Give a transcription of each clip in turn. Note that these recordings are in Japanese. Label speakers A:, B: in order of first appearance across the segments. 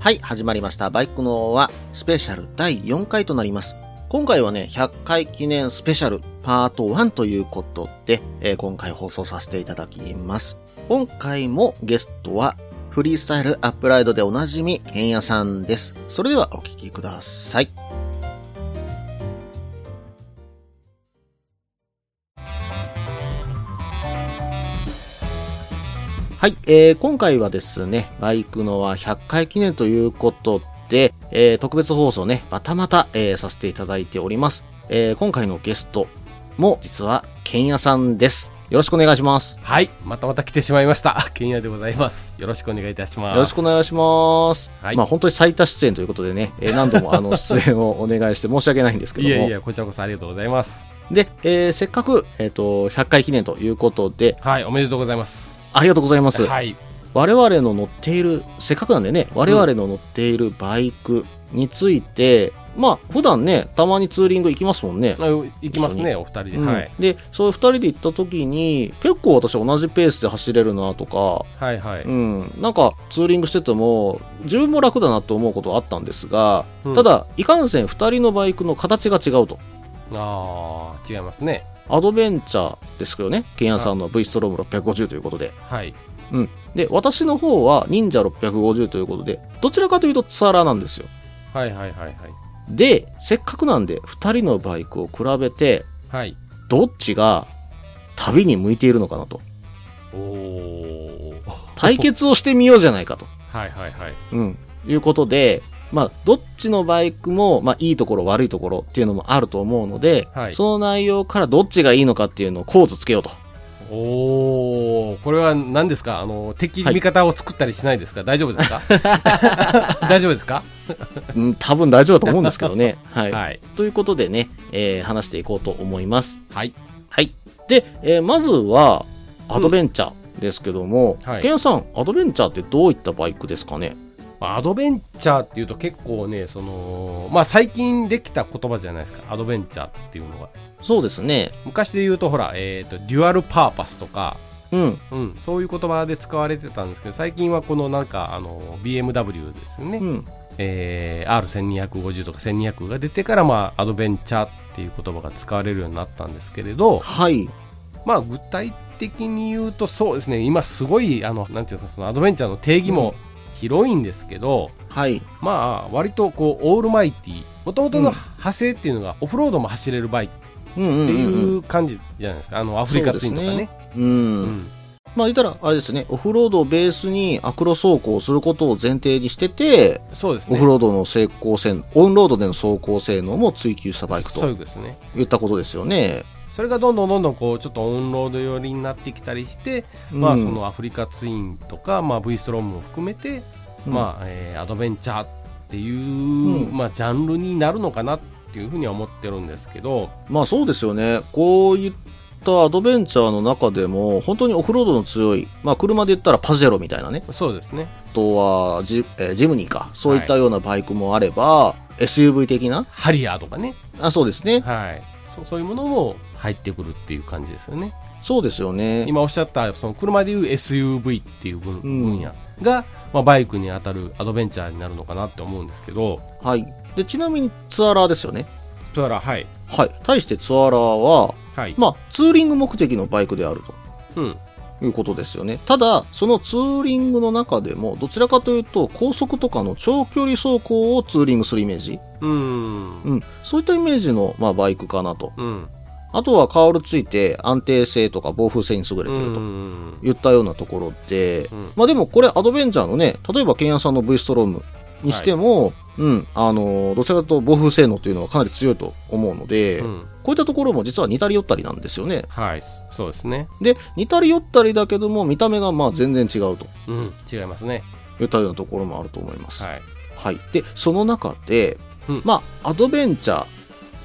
A: はい、始まりました。バイクの王はスペシャル第4回となります。今回はね、100回記念スペシャルパート1ということで、えー今回放送させていただきます。今回もゲストはフリースタイルアップライドでおなじみ、けんやさんです。それではお聞きください。はい、えー今回はですね、バイクのは100回記念ということで、えー特別放送ね、またまた、えーさせていただいております。えー今回のゲストも実は、けんやさんです。よろしくお願いします。
B: はい、またまた来てしまいました。 けんやでございます。よろしくお願いいたします。
A: よろしくお願いします。
B: はい
A: まあ本当に最多出演ということでね、えー何度 もあの出演をお願いして申し訳ないんですけど
B: い
A: も。
B: やいや、こちらこそありがとうございます。
A: で、えーせっかく、えっ、と、100回記念ということで、
B: はい、おめでとうございます。
A: ありがとうございます。
B: はい、
A: 我々の乗っている、せっかくなんでね、我々の乗っているバイクについて、まあ普段ね、たまにツーリング行きますもんね。
B: あ行きますね、お二人で。
A: うん
B: はい、
A: で、そういう2人で行った時に、結構私同じペースで走れるなとか、
B: はい、はい。
A: うん、なんかツーリングしてても自分も楽だなと思うことはあったんですが、
B: うん
A: ただいかんせん2人のバイクの形が違うと
B: ああ、違いますね。
A: アドベンチャーですけどねケンヤさんの V ストローム650ということで
B: はい。
A: で私の方は忍者650ということでどちらかというとツアラなんですよ
B: はい、はい、はい、はい。
A: でせっかくなんで2人のバイクを比べて
B: はい。
A: どっちが旅に向いているのかなと
B: おお。
A: 対決をしてみようじゃないかと
B: はい、はい、はい。
A: うん、いうことで、まあ、どっちのバイクも、まあ、いいところ、悪いところっていうのもあると思うので、
B: はい
A: その内容からどっちがいいのかっていうのを構図つけようと。
B: おお、これは何ですかあの、敵
A: はい
B: 味方を作ったりしないですか、大丈夫 ですか大丈夫ですか
A: うん、多分大丈夫だと思うんですけど ね。はい。
B: はい。
A: ということでね、えー話していこうと思います。
B: はい。
A: はい。で、えーまずは、アドベンチャーですけども、
B: はい
A: ケンヤさん、アドベンチャーってどういったバイクですかね
B: まあアドベンチャーっていうと結構ねその、まあ、最近できた言葉じゃないですかアドベンチャーっていうのが
A: そうですね。
B: 昔で言うとほら、えー、とデュアルパーパスとか、
A: うん。
B: うん、そういう言葉で使われてたんですけど最近はこのなんかあの BMW ですね、
A: うん。
B: えー R1250 とか1200が出てから、まあ、アドベンチャーっていう言葉が使われるようになったんですけれど、
A: はい。
B: まあ、具体的に言うとそうですね今すごいあのなんていうんですかそのアドベンチャーの定義も広いんですけど、
A: はい。
B: まあ割とこうオールマイティもともとの
A: うん
B: 派生っていうのがオフロードも走れるバイクっ
A: うんうん
B: て
A: うんう
B: い
A: ん。
B: う感じじゃないですか、あのアフリカツインとかね
A: う。
B: うんん
A: まあ言ったら、あれですね、オフロードをベースにアクロ走行をすることを前提にしてて、
B: そうです
A: オ
B: ね
A: フロードの成功性能、オンロードでの走行性能も追求したバイク
B: そう
A: と
B: いうことですね
A: 言ったことですよね。
B: それがどんどんどんどんこうちょっとオンロード寄りになってきたりして、ま
A: う
B: あ
A: ん
B: そ、のアフリカツインとか、まあ、V ストロームも含めて、
A: うん
B: まあえーアドベンチャーっていう、
A: ん
B: まあ、ジャンルになるのかなっていうふうには思ってるんですけど
A: まあそうですよね。こういったアドベンチャーの中でも、本当にオフロードの強い、まあ車で言ったらパジェロみたいなね、
B: そうですね
A: あとはジ,、えージムニーか、そういったようなバイクもあれば、SUV 的な、
B: ハリアーとかね、
A: あそうですね。
B: はい、そうそういうものも入ってくるっていう感じですよね
A: そうですよね。
B: 今おっしゃったその車でいう SUV っていう分,、
A: うん
B: 分野が、まあ、バイクに当たるアドベンチャーになるのかなって思うんですけど
A: はい。で、ちなみにツアラーですよね。
B: そしたらはい
A: はい。対してツアラーは、
B: はい、
A: まあ、ツーリング目的のバイクである
B: うん、
A: ということですよね。ただ、そのツーリングの中でも、どちらかというと、高速とかの長距離走行をツーリングするイメージ。
B: うん
A: うん。そういったイメージの、まあ、バイクかなと。
B: うん
A: あとは、カールついて、安定性とか防風性に優れてると。
B: うん
A: 言ったようなところで、
B: うん
A: まあでもこれアドベンチャーのね、例えばケンヤさんの V ストロームにしても、うん、あのーどちらかというと防風性能というのはかなり強いと思うので、
B: うん
A: こういったところも実は似たり寄ったりなんですよね。
B: はいそそうですね
A: で、似たり寄ったりだけども、見た目がまあ全然違うと
B: うん違いますね
A: 言ったようなところもあると思います。
B: はい
A: はい。で、その中で、
B: うん
A: まあ、アドベンチャー、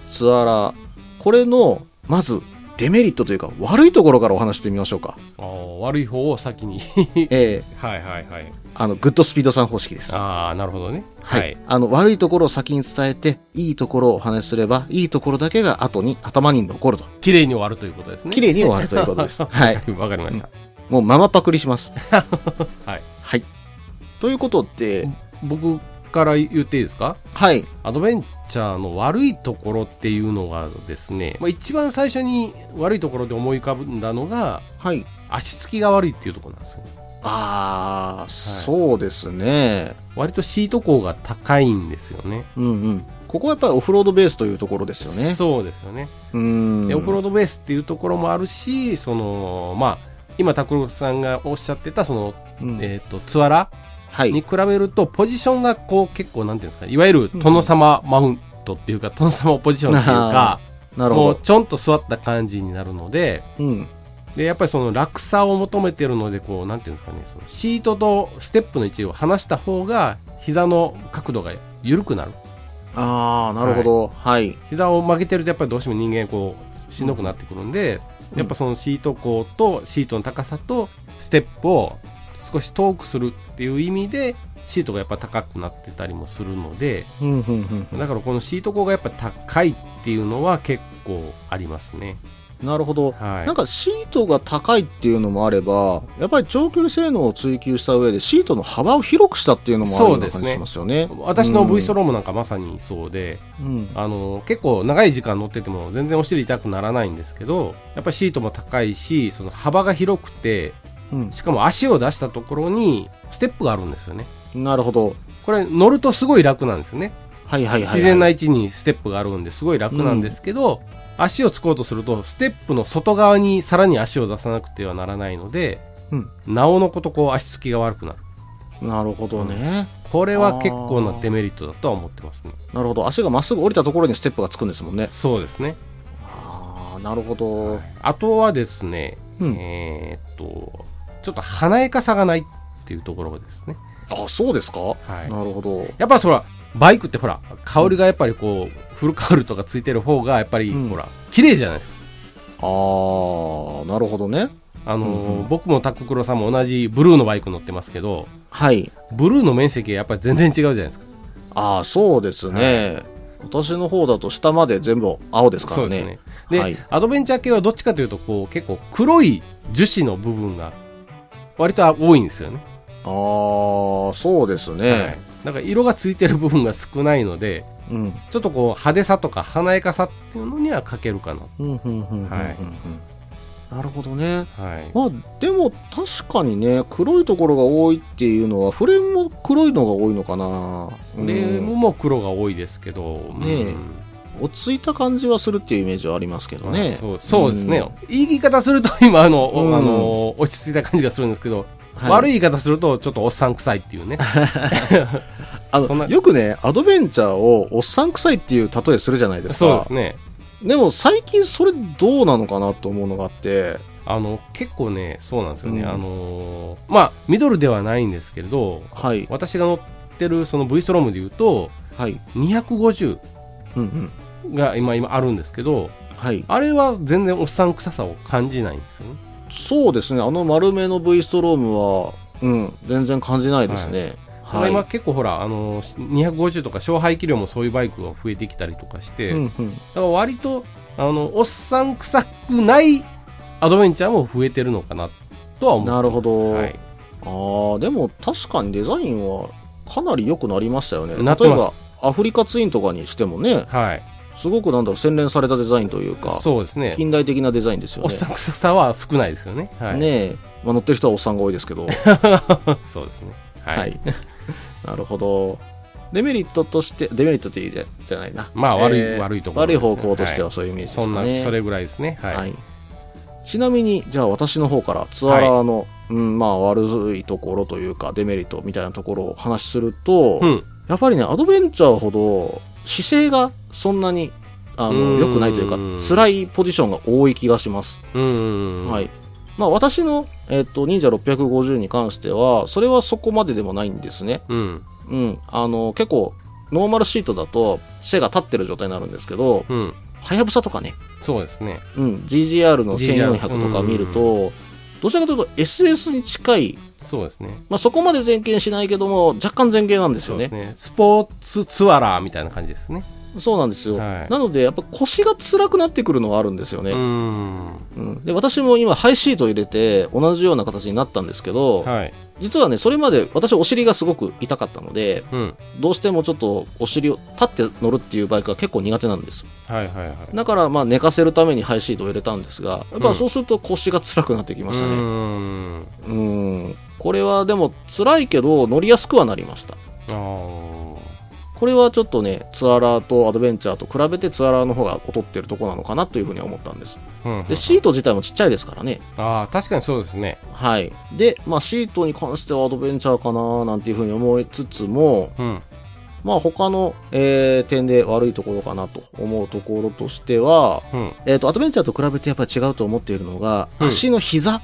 A: ツアラー、これの、まず、デメリットというか、悪いところからお話してみましょうか。
B: あー悪い方を先に
A: え
B: はいはいはい
A: ーあの、グッドスピードさん方式です。
B: ああなるほどね
A: はい。あの、悪いところを先に伝えて、いいところをお話しすれば、いいところだけが後に頭に残ると。
B: 綺麗に終わるということですね
A: 綺麗に終わるということで す。
B: わ
A: は
B: か
A: い。
B: り わかりました、
A: もうママパクリします。
B: はい。
A: はい。ということで、
B: 僕から言っていいですか
A: はい。
B: アドベンチャーの悪いところっていうのがですね、まあ、一番最初に悪いところで思い浮かんだのが
A: はい。
B: 足つきが悪いっていうところなんですよ
A: あー、そうですね。
B: 割とシート高が高いんですよね
A: うんうん。ここはやっぱりオフロードベースというところですよね。
B: そうですよね、
A: うーん。
B: でオフロードベースっていうところもあるしそのまあ今拓郎さんがおっしゃってたその、
A: うん
B: えー、とツアラ
A: はい。
B: に比べるとポジションがこう結構なんていうんですかいわゆる殿様マウントっていうか殿様ポジションっていうか
A: なる
B: もう
A: ほ
B: ちょんと座った感じになるので
A: ど。うん。
B: でやっぱりその落差を求めてるのでこうなんていうんですかねそのシートとステップの位置を離した方が膝の角度が緩くなる
A: あー、なるほど。はい。
B: 膝を曲げてるとやっぱりどうしても人間こうしんどくなってくるんで、
A: うん
B: やっぱそのシート高とシートの高さとステップを少し遠くするっていう意味でシートがやっぱ高くなってたりもするので
A: うん、うん、うん
B: だからこのシート高がやっぱ高いっていうのは結構ありますね。
A: うん。なるほど。
B: はい、
A: なんかシートが高いっていうのもあれば、やっぱり長距離性能を追求した上でシートの幅を広くしたっていうのもあるような感じしますよね。
B: 私の V スト
A: ロ、
B: ロームなんかまさにそうで、
A: うん、
B: あの結構長い時間乗ってても全然お尻痛くならないんですけどやっぱりシートも高いしその幅が広くて
A: うん
B: しかも足を出したところにステップがあるんですよね
A: なるほど。
B: これ乗るとすごい楽なんですよね、
A: はいはいはい、はい。
B: 自然な位置にステップがあるんですごい楽なんですけど、足をつこうとするとステップの外側にさらに足を出さなくてはならないので、
A: うん
B: なおのことこう足つきが悪くなる
A: なるほどね。
B: これは結構なデメリットだとは思ってますね
A: なるほど。足がまっすぐ降りたところにステップがつくんですもんね。
B: そうですね
A: ああ、なるほど。
B: あとはですね、
A: うん。
B: えーっとちょっと華やかさがないっていうところですね
A: あ、そうですか、
B: はい
A: なるほど。
B: やっぱそらバイクってほら香りがやっぱりこうフルカウルとかついてる方がやっぱり
A: うん
B: ほら綺麗じゃないですか、
A: ああ、なるほどね。
B: あのー
A: うんうん
B: 僕もタッククロさんも同じブルーのバイク乗ってますけど
A: はい。
B: ブルーの面積がやっぱり全然違うじゃないですか
A: ああ、そうですね、私の方だと下まで全部青ですからね。
B: そうですねで、
A: はい
B: アドベンチャー系はどっちかというとこう結構黒い樹脂の部分が割と多いんですよね、
A: ああ、そうですね。
B: はい、だから色がついてる部分が少ないので
A: うん。
B: ちょっとこう派手さとか華やかさっていうのには欠けるかな
A: うん、うん、うん、うん。
B: はい
A: なるほどね。
B: はい
A: まあ、でも確かにね、黒いところが多いっていうのは、フレームも黒いのが多いのかな。
B: フレー
A: うん
B: ムも黒が多いですけど、
A: ねえ
B: うん
A: 落ち着いた感じはするっていうイメージはありますけどね。
B: そうそうですね、
A: うん
B: いい言い方すると今あの、
A: うん
B: あの落ち着いた感じがするんですけど、
A: はい
B: 悪い言い方するとちょっとおっさん臭いっていうね
A: あ
B: そんな
A: のよくね、アドベンチャーをおっさん臭いっていう例えするじゃないです
B: そうで
A: か。
B: すね
A: でも最近それどうなのかなと思うのがあって、
B: あの結構ねそうなんですよね、
A: うん
B: あのまあミドルではないんですけれど
A: はい、
B: 私が乗ってるその V ストロームでいうと
A: はい、
B: 250
A: うんうん、
B: が今今あるんですけど
A: はい。
B: あれは全然おっさん臭さを感じないんですよね
A: そうですね、あの丸めの V ストロームは、うん、全然感じないですね。
B: た
A: は
B: だ
A: い。
B: 今結構ほらあの250とか小排気量もそういうバイクが増えてきたりとかして、
A: うん
B: だ
A: うん
B: から割とあのおっさん臭くないアドベンチャーも増えてるのかなとは思ってま
A: な
B: す
A: るほど
B: はい、
A: あーでも確かにデザインはかなり良くなりましたよね。
B: なって
A: 例え
B: ま
A: ば
B: す
A: アフリカツインとかにしてもね、
B: はい、
A: すごくなんだろう洗練されたデザインというか、
B: そうですね
A: 近代的なデザインですよ
B: おっ
A: ね。
B: さん臭さは少ないですよねはい
A: ねえ、まあ、乗ってる人はおっさんが多いですけど、は
B: そうですねはい、
A: い。 なるほど。デメリットとして、デメリットっていいじゃじゃないな。
B: まあ悪い
A: えー
B: 悪いところですね
A: 悪い方向としてはそういうイメージで
B: そ
A: す
B: ん
A: か
B: な
A: ね。
B: それぐらいですねはい、
A: はいちなみに、じゃあ私の方からツアラーの、うん、まあ悪いところというか、デメリットみたいなところをお話しすると、
B: うん
A: やっぱりね、アドベンチャーほど姿勢がそんなに、あ
B: う
A: の、
B: ん
A: 良くないというか、辛いポジションが多い気がします。
B: うんうんうん
A: はい。まあ私の、えっ、と、忍者650に関しては、それはそこまででもないんですね。
B: うん
A: うん。あの、結構、ノーマルシートだと、背が立ってる状態になるんですけど、
B: うん。
A: はやぶさとかね、
B: そうですね。
A: うん、GGR の
B: GGR
A: 1400とか見ると、どちらかというと SS に近い、
B: そうですね。
A: まあ、そこまで前傾しないけども、若干前傾なんです
B: そ
A: よ
B: うで
A: ね
B: す。ね。スポーツツアラーみたいな感じですね。
A: そうなんですよ。
B: はい
A: なので、やっぱ腰が辛くなってくるのはあるんですよ
B: う
A: ね。
B: ん。
A: うんで、私も今、ハイシート入れて、同じような形になったんですけど、
B: はい。
A: 実はね、それまで私、お尻がすごく痛かったので、
B: うん。
A: どうしてもちょっとお尻を立って乗るっていうバイクは結構苦手なんです。
B: はいはいはい。
A: だから、まあ、寝かせるためにハイシートを入れたんですが、やっ
B: う
A: ぱ
B: ん
A: そうすると腰が辛くなってきましたね。
B: うん。
A: うん。これはでも辛いけど乗りやすくはなりました。
B: あー
A: これはちょっとね、ツアラーとアドベンチャーと比べてツアラーの方が劣ってるとこなのかなというふうには思ったんです。
B: うん。
A: で、シート自体もちっちゃいですからね。
B: ああ、確かにそうですね。
A: はい。で、まあシートに関してはアドベンチャーかななんていうふうに思いつつも、
B: うん。
A: まあ他の、えー点で悪いところかなと思うところとしては、
B: うん。
A: えっ、と、アドベンチャーと比べてやっぱり違うと思っているのが、
B: うん
A: 足の膝。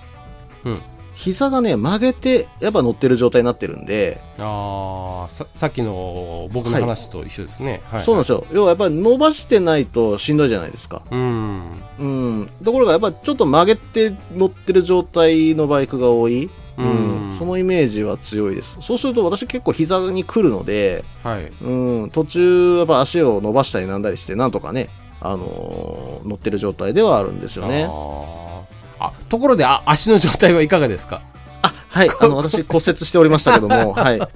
B: うん
A: 膝がね、曲げて、やっぱ乗ってる状態になってるんで、
B: ああ、ささっきの僕の話と一緒ですね。はい。
A: そうなんですよ。要はやっぱり伸ばしてないとしんどいじゃないですか。
B: うん。
A: うん。ところがやっぱちょっと曲げて乗ってる状態のバイクが多い。
B: うん
A: そのイメージは強いです。そうすると私結構膝に来るので、
B: はい。
A: うん、途中やっぱ足を伸ばしたりなんだりして、なんとかね、あのー乗ってる状態ではあるんですよね。
B: あーあところであ足の状態はいかがですか、
A: あ、はい。あの、私骨折しておりましたけど も、はい。
B: うん、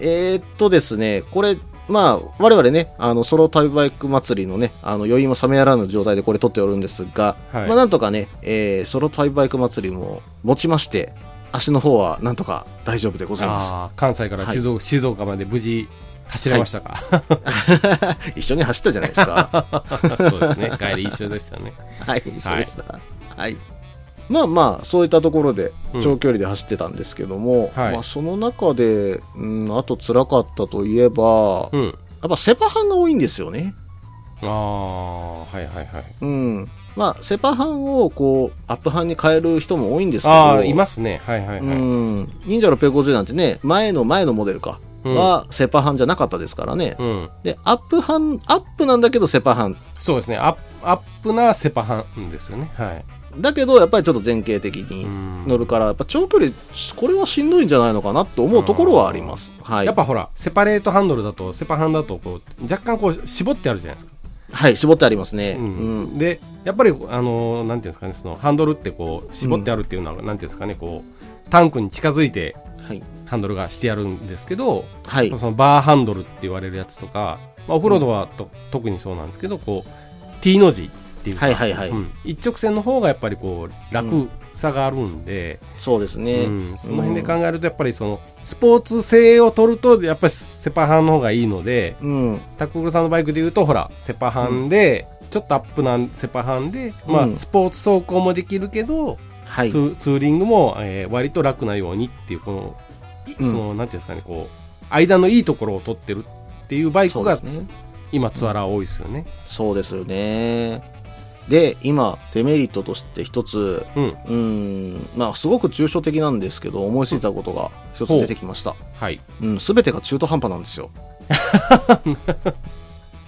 A: えーっとですね、これ、まあ、我々ね、あの、ソロ旅バイク祭りのね、あの、余韻も冷めやらぬ状態でこれ撮っておるんですが、
B: はい
A: まあ、なんとかね、えーソロ旅バイク祭りも持ちまして、足の方はなんとか大丈夫でございます。
B: あー関西から静,、静岡まで無事走れましたか、
A: 一緒に走ったじゃないです か。
B: そうですね帰り一緒ですよね、
A: はい、一緒でした。はい。まあまあ、そういったところで
B: うん
A: 長距離で走ってたんですけども、
B: はい
A: まあその中で、うん、あと辛かったといえば、や
B: うん、
A: っぱセパハンが多いんですよね。
B: ああはいはいはい
A: うん。まあ、セパハンをこう、アップハンに変える人も多いんですけど。
B: ああいますねはいはいはい、
A: うん。忍者650なんてね、前の前のモデルか。
B: うん
A: は、セパハンじゃなかったですからね。
B: うん
A: で、アップハン、アップなんだけどセパハン。
B: そうですねアップアップなセパハンですよねはい
A: だけど、やっぱりちょっと前傾的に乗
B: 乗
A: るから、やっぱ長距離、これはしんどいんじゃないのかなと思うところはあります。はい
B: やっ。ぱほらセパレートハンドルだとセパハンだとこう若干こう絞ってあるじゃないですか
A: はい、絞ってありますね。
B: うん
A: うん。
B: でやっぱりあのなんていうんですかねそのハンドルってこう絞ってあるっていうのは、なんていうんですかねこうタンクに近づいて
A: はい。
B: ハンドルがしてやるんですけど、
A: はい
B: そ。のバーハンドルって言われるやつとか、まあ、オフロードはと、特にそうなんですけどこう T の字っていうか、
A: はいはいはい
B: うん一直線の方がやっぱりこう楽さがあるんで、
A: そうですね。
B: うんその辺で考えるとやっぱりそのスポーツ性を取るとやっぱりセパハンの方がいいので、
A: うん。
B: タックグルさんのバイクで言うとほらセパハンで、ちょっとアップなセパハンで、ま
A: うん
B: あ、スポーツ走行もできるけど、
A: はい。
B: ツーツーリングも、えー割と楽なようにっていうこのい
A: うん
B: その、なんていうんですかねこう間のいいところを取ってるっていうバイ
A: そ
B: ク
A: うで
B: が
A: すね。
B: 今ツアラー多いですよね。
A: そうですよね。で、今、デメリットとして一つ、
B: うん
A: うーん、まあ、すごく抽象的なんですけど、思いついたことが一つ出てきました。
B: はい。
A: うん、すべてが中途半端なんです よ。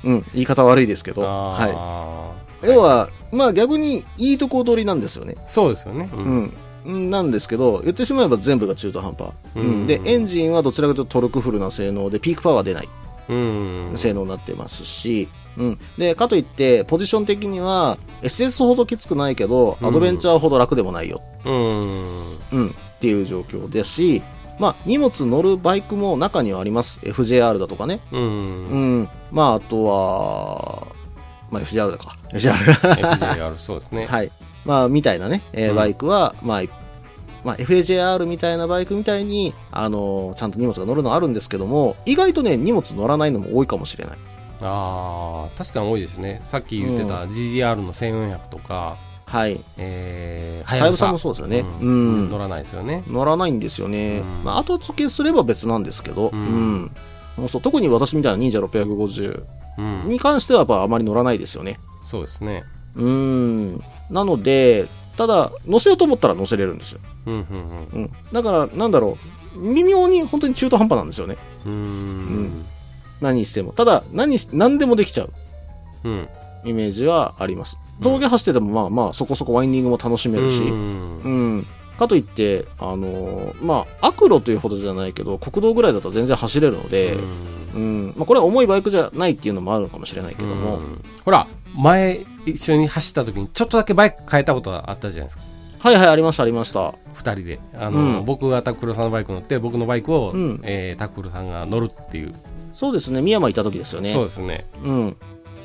A: うん、言い方悪いですけど、は
B: あ
A: い。要は、まあ逆にいいとこ取りなんですよね。
B: ーそうですよね。う
A: うんん。うんなんですけど、言ってしまえば全部が中途半端。う
B: うん
A: ん。で、エンジンはどちらかというとトルクフルな性能で、ピークパワー出ない。
B: うん
A: 性能になってますし、うん、でかといってポジション的には SS ほどきつくないけど
B: うん
A: アドベンチャーほど楽でもないよ、
B: うん
A: うん、っていう状況ですし、まあ、荷物乗るバイクも中にはあります FJR だとかね、
B: う。
A: うんんまあ、あとは、まあ、FJR だか FJR、
B: FJR そうですね。
A: はいまあ、みたいなね、えー
B: うん
A: バイクは、まあまあ、FJR みたいなバイクみたいに、あのーちゃんと荷物が乗るのあるんですけども意外とね荷物乗らないのも多いかもしれない。
B: ああ確かに多いですね。さっき言ってた GGR の1400とか、
A: はい、
B: えー、
A: は
B: は
A: やぶさもそうですよね。
B: う
A: うんん。
B: 乗らないですよね。
A: 乗らないんですよね。
B: うん
A: まあ、後付けすれば別なんですけど、う
B: うんん。
A: もうそう特に私みたいな忍者650
B: うん、
A: に関してはやっぱあまり乗らないですよね。
B: そうですね。
A: うん。なので、ただ、乗せようと思ったら乗せれるんですよ。
B: うんうんうん
A: うん。だから、なんだろう。微妙に本当に中途半端なんですよね。
B: うーん
A: 何しても。ただ、何し、何でもできちゃう
B: うん
A: イメージはあります。道下走っててもまあまあそこそこワインディングも楽しめるし、
B: う
A: うんん。かといって、あのーまあ、アクロというほどじゃないけど、国道ぐらいだったら全然走れるので、
B: う
A: うん
B: ん
A: まあ、これは重いバイクじゃないっていうのもあるのかもしれないけども、
B: うんほら前一緒に走った時にちょっとだけバイク変えたことがあったじゃないですか
A: はいはい、ありました、ありました。
B: 2人であの、
A: うん
B: 僕がタクロさんのバイク乗って僕のバイクを、
A: うん
B: えータクロさんが乗るっていう、
A: そうですね、深山行った時ですよね。
B: そうですね
A: うん。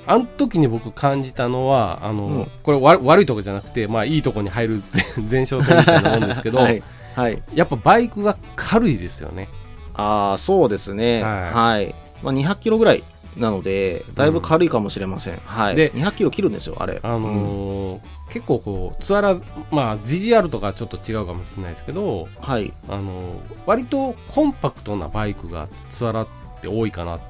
B: あの時に僕感じたのはあの、
A: うん
B: これわ悪いとこじゃなくて、まあ、いいとこに入る 前哨戦みたいなもんですけど、
A: はい。はい。
B: やっぱバイクが軽いですよね
A: ああ、そうですね。
B: はい
A: はい。まあ、200キロぐらいなので、だいぶ軽いかもしれません。はい。
B: で
A: 200キロ切るんですよ、あれ。
B: あ
A: うん
B: のー結構こうツアラまあ GGR とかはちょっと違うかもしれないですけど
A: はい。
B: あのー割とコンパクトなバイクがツアラって多いかなだか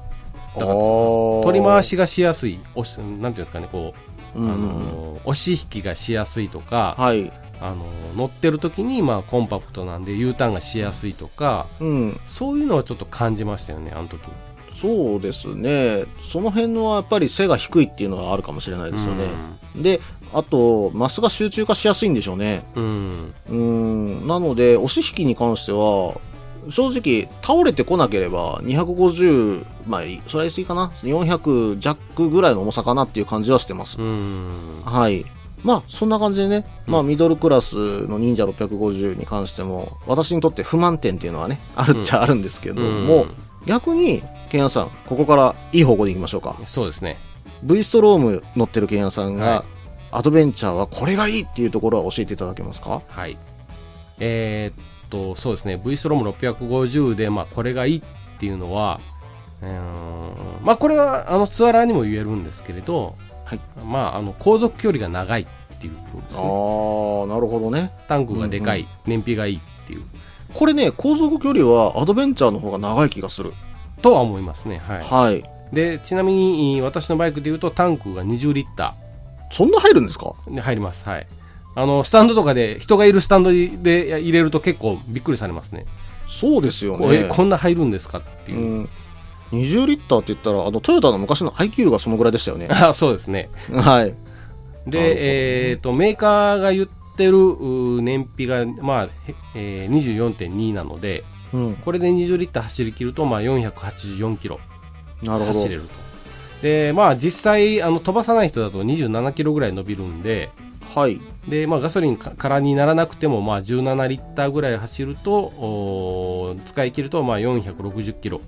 B: ら取
A: 取
B: り回、しがしやすいおしなんていうんですかねこ
A: う
B: う、
A: ん
B: あのー押し引きがしやすいとか、
A: はい。
B: あのー乗ってる時にまあコンパクトなんで U ターンがしやすいとか
A: うん。
B: そういうのはちょっと感じましたよねあの時
A: そうですね。その辺のはやっぱり背が低いっていうのはあるかもしれないですよね。で、あと、マスが集中化しやすいんでしょうね。
B: うん、う
A: う
B: ん
A: ん。なので、押し引きに関しては、正直、倒れてこなければ、250、まあ、それは言い過ぎかな ?400 弱ぐらいの重さかなっていう感じはしてます。
B: うん
A: はい。まあ、そんな感じでね、まあ、
B: うん
A: ミドルクラスの忍者650に関しても、私にとって不満点っていうのはね、あるっちゃあるんですけども、逆に、ケンヤンさん、ここからいい方向でいきましょうか。
B: そうですね
A: V ストローム乗ってるケンヤンさんが、
B: は
A: アドベンチャーはこれがいいっていうところは教えていただけますか
B: はいえーっとそうですね V ストローム650で、まあ、これがいいっていうのはうーんまあこれはあのツアラーにも言えるんですけれど、
A: はい
B: まああの航続距離が長いっていう部分です
A: ああ
B: ね
A: ー、なるほどね。
B: タンクがでかい、
A: う
B: 燃費がいいっていう
A: これね、航続距離はアドベンチャーの方が長い気がする。
B: とは思いますねはい
A: はい。
B: でちなみに私のバイクで言うとタンクが20リッタ
A: そんな入るんですか
B: ーで入りますはいあのスタンドとかで人がいるスタンドでいや入れると結構びっくりされますね
A: そうですよ
B: こ
A: ね
B: え。こんな入るんですかって
A: う
B: いう、。
A: ん。20リッターって言ったら、あの、トヨタの昔の IQ がそのぐらいでしたよね
B: あそうですね
A: はい。なるほど
B: で、えー、とメーカーが言ってるうー燃費が、まあへえー、24.2なので
A: うん。
B: これで20リッター走り切ると、まあ、484キロ
A: なるほど
B: 走れ。るとでまあ実際あの飛ばさない人だと27キロぐらい伸びるんで
A: はい。
B: で、まあ、ガソリンか空にならなくても、まあ、17リッターぐらい走るとおー使い切ると、まあ、460キロ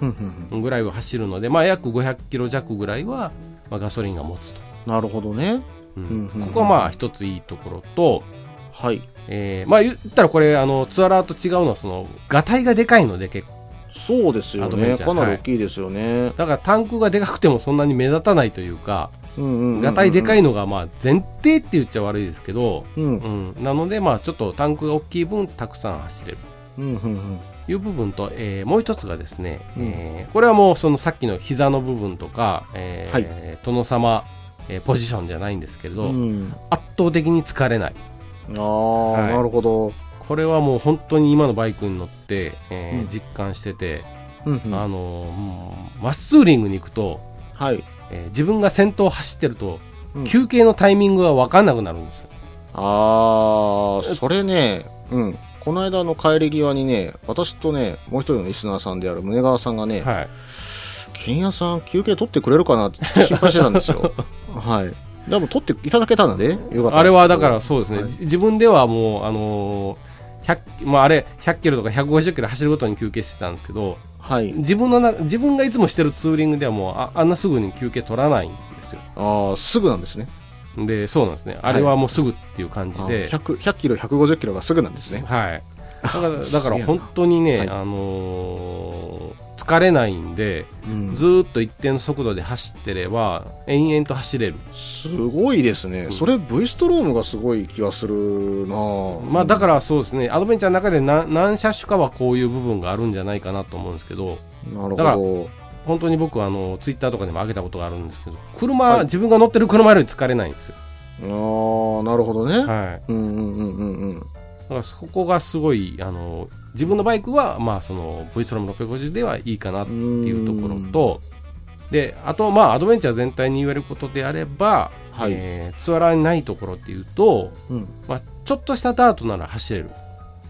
A: うんうんうん
B: ぐらいは走るので、まあ、約500キロ弱ぐらいは、まあ、ガソリンが持つと、
A: なるほどね。
B: うん
A: うんうんうん
B: ここはまあ一ついいところと、
A: はい。
B: えーまあ言ったらこれあのツアラーと違うのはそのガタイがでかいので結構
A: そうですよ
B: アドベン
A: ね。
B: チャー
A: かなり大きいですよね。
B: だからタンクがでかくてもそんなに目立たないというか
A: うんうんうんうん
B: ガタイでかいのがまあ前提って言っちゃ悪いですけど、
A: うん。うん
B: うん、なのでまあちょっとタンクが大きい分たくさん走れる
A: うんうん。
B: という部分と、えーもう一つがですね、
A: うん
B: えーこれはもうそのさっきの膝の部分とか、えー
A: は
B: 殿様、えーポジションじゃないんですけれ
A: う
B: ど、
A: ん。
B: 圧倒的に疲れない
A: ああ、
B: い
A: なるほど。
B: これはもう本当に今のバイクに乗って、えー
A: うん
B: 実感してて、
A: うんうん
B: あのーもうマスツーリングに行くと、
A: はい。
B: えー自分が先頭を走ってると、
A: うん
B: 休憩のタイミングが分かんなくなるんですよ。
A: ああ、それね、うん。この間の帰り際にね、私とね、もう一人のリスナーさんである宗川さんがね、
B: はい、
A: ケンヤさん休憩取ってくれるかなって心配してたんです よ。はい。でも取っていただけたので、よかったんですけど
B: あれはだからそうですね、
A: はい
B: じ自分ではもう、あのー100まあ、あれ100キロとか150キロ走るごとに休憩してたんですけど
A: はい。
B: 自分のな自分がいつもしてるツーリングではもうああんなすぐに休憩取らないんですよ
A: ああ、すぐなんですね。
B: でそうなんですねあれはもうすぐっていう感じ
A: あー
B: で、
A: 100, 100キロ、150キロがすぐなんですね。
B: はい。だから、だ
A: す
B: か
A: げえな
B: ら本当にね、
A: はい
B: あのー疲れないんで、
A: うん
B: ずーっと一定の速度で走ってれば、延々と走れる。
A: すごいですね。それ V ストロームがすごい気がするなぁ
B: まあ、だからそうですね、アドベンチャーの中で何何車種かはこういう部分があるんじゃないかなと思うんですけど、
A: なるほ
B: だから
A: ど。
B: 本当に僕はあの、ツイッターとかでも上げたことがあるんですけど、車、
A: はい
B: 自分が乗ってる車より疲れないんですよ。
A: ああ、なるほどね。
B: は
A: うんうんうんうんうん。
B: からそこがすごいあの自分のバイクは、まあ、その V ストローム650ではいいかなっていうところとであと、まあ、アドベンチャー全体に言えることであれば、
A: はい
B: えーツアラにないところっていうと、
A: うん。
B: まあ、ちょっとしたダートなら走れる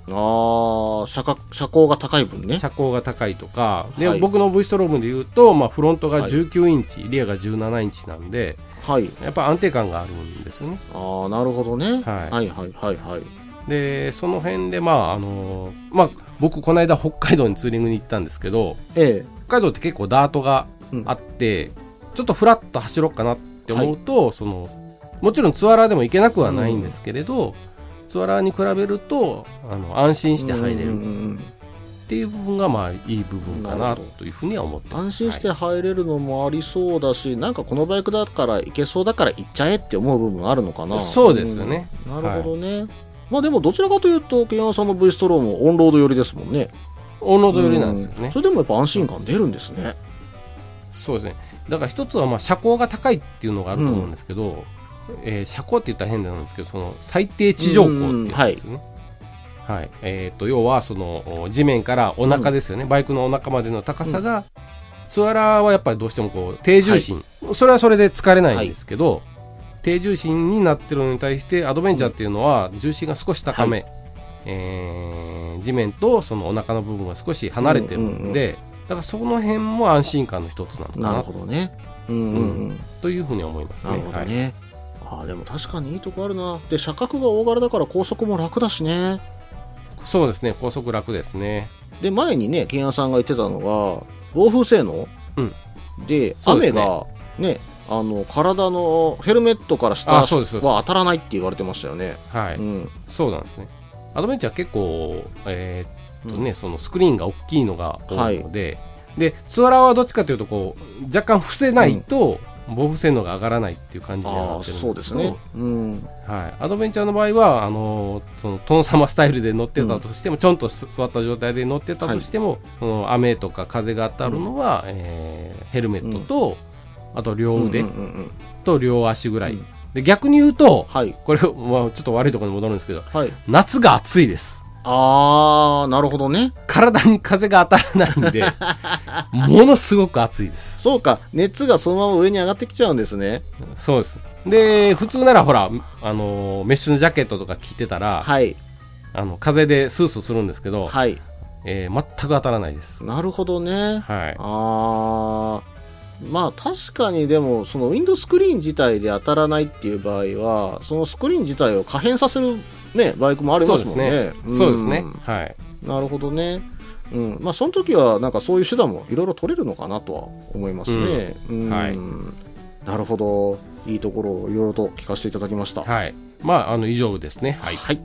A: ああ、車格車高が高い分ね。
B: 車高が高いとかで、
A: はい
B: 僕の V ストロームで言うと、まあ、フロント
A: は
B: が
A: い
B: 19インチ、リアが17インチなんで
A: はい。
B: やっぱ安定感があるんですよね
A: ああ、なるほどね。
B: はい
A: はいはいはいはい。
B: でその辺でまああのまあ僕この間北海道にツーリングに行ったんですけど
A: え
B: 北海道って結構ダートがあって、ちょっとフラッと走ろうかなって思うと、そのもちろんツアラーでも行けなくはないんですけれど、ツアラーに比べるとあの安
A: え。
B: 心して入れ
A: うんうん
B: るっ
A: うん
B: ていう部分がまあいい部分か
A: な
B: な
A: るほど
B: というふうには思ってます
A: 安心して入れるのもありそうだし、なんかこのバイクだから行けそうだから行っちゃえって思う部分あるのかな。
B: そうですよね
A: うん。なるほどね。まあでもどちらかというと、ケンヤンさんの V ストロームオンロード寄りですもんね。
B: オンロード寄りなんですよね
A: それでもやっぱ安心感出るんですね。
B: そうですねだから一つはまあ車高が高いっていうのがあると思うんですけど、えー車高って言ったら変なんですけどその最低地上高っていうやつですね、はいえー、と要はそのお地面からお腹ですよね、バイクのお腹までの高さが、ツアラーはやっぱりどうしてもこう低重心、それはそれで疲れないんですけど、低重心になってるのに対してアドベンチャーっていうのは重心が少し高め、えー地面とそのお腹の部分が少し離れてるんで、だからその辺も安心感の一つなのか
A: なる
B: な
A: ほどね。うんうんうん。
B: というふうに思いますね。
A: なるほど
B: はい
A: ね。ああ、でも確かにいいとこあるな。で、車格が大柄だから高速も楽だしね。
B: そうですね、高速楽ですね。
A: で、前にね、ケンヤさんが言ってたのが、暴風性能、
B: うん
A: で、
B: そう
A: 雨
B: ですね
A: がね、あの、体のヘルメットから下
B: あ
A: は
B: そうですそうです
A: 当たらないって言われてましたよね。
B: はい、
A: うん。
B: そうなんですね。アドベンチャー結構、えーっとね、そのスクリーンが大きいのが多いので、で、ツアラーはどっちかというと、こう、若干伏せないと、防風性能が上がらないっていう感じには
A: あ
B: な
A: あ、
B: ってるんですけど、
A: そうですね。うん。
B: はい、アドベンチャーの場合はあのーその殿様スタイルで乗ってたとしても、ちょんとす座った状態で乗ってたとしても、その雨とか風が当たるのは、えーヘルメットと、あと両腕
A: うんうんうんうん
B: と両足ぐらい、
A: うん
B: で逆に言うと
A: はい。
B: これ、まあ、ちょっと悪いところに戻るんですけど
A: はい。
B: 夏が暑いです
A: ああ、なるほどね。
B: 体に風が当たらな いんでものすごく暑いです
A: そうか、熱がそのまま上に上がってきちゃうんですね。
B: そうですで普通ならほら、あのーメッシュのジャケットとか着てたら、
A: はい。
B: あの風でスースーするんですけど、
A: はい。
B: えー全く当たらないです。
A: なるほどね。
B: はい。
A: あーまあ確かにでもそのウィンドスクリーン自体で当たらないっていう場合はそのスクリーン自体を可変させる、ね、バイクもありますもんね。
B: そうですね。
A: ん
B: はい。
A: なるほどね。うん、まあその時はなんかそういう手段もいろいろ取れるのかなとは思いますね。うん
B: はい
A: なるほどいいところをいろいろと聞かせていただきました。
B: はい。まあ、あの、以上ですね。はい。
A: はい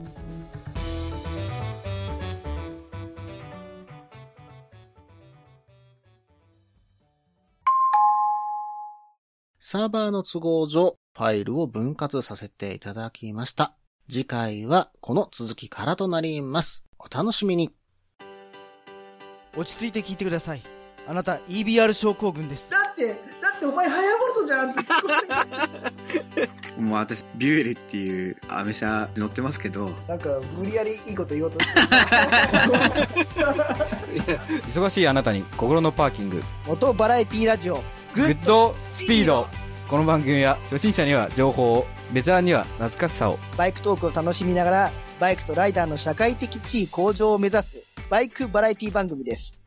A: サーバーの都合上、ファイルを分割させていただきました。次回はこの続きからとなります。お楽しみに。
C: 落ち着いて聞いてくださいあなた EBR 症候群です
D: だって、だってお前ハヤボルトじゃんって。
E: もう私、ビュエルっていうアメ車乗ってますけど、
D: なんか、無理やりいいこと言おうと
F: 忙しいあなたに心のパーキング
C: 元バラエティラジオグ
F: グ
C: ッ
F: ッドスピードこの番組は初心者には情報をベテランには懐かしさを
C: バイクトークを楽しみながらバイクとライダーの社会的地位向上を目指すバイクバラエティ番組です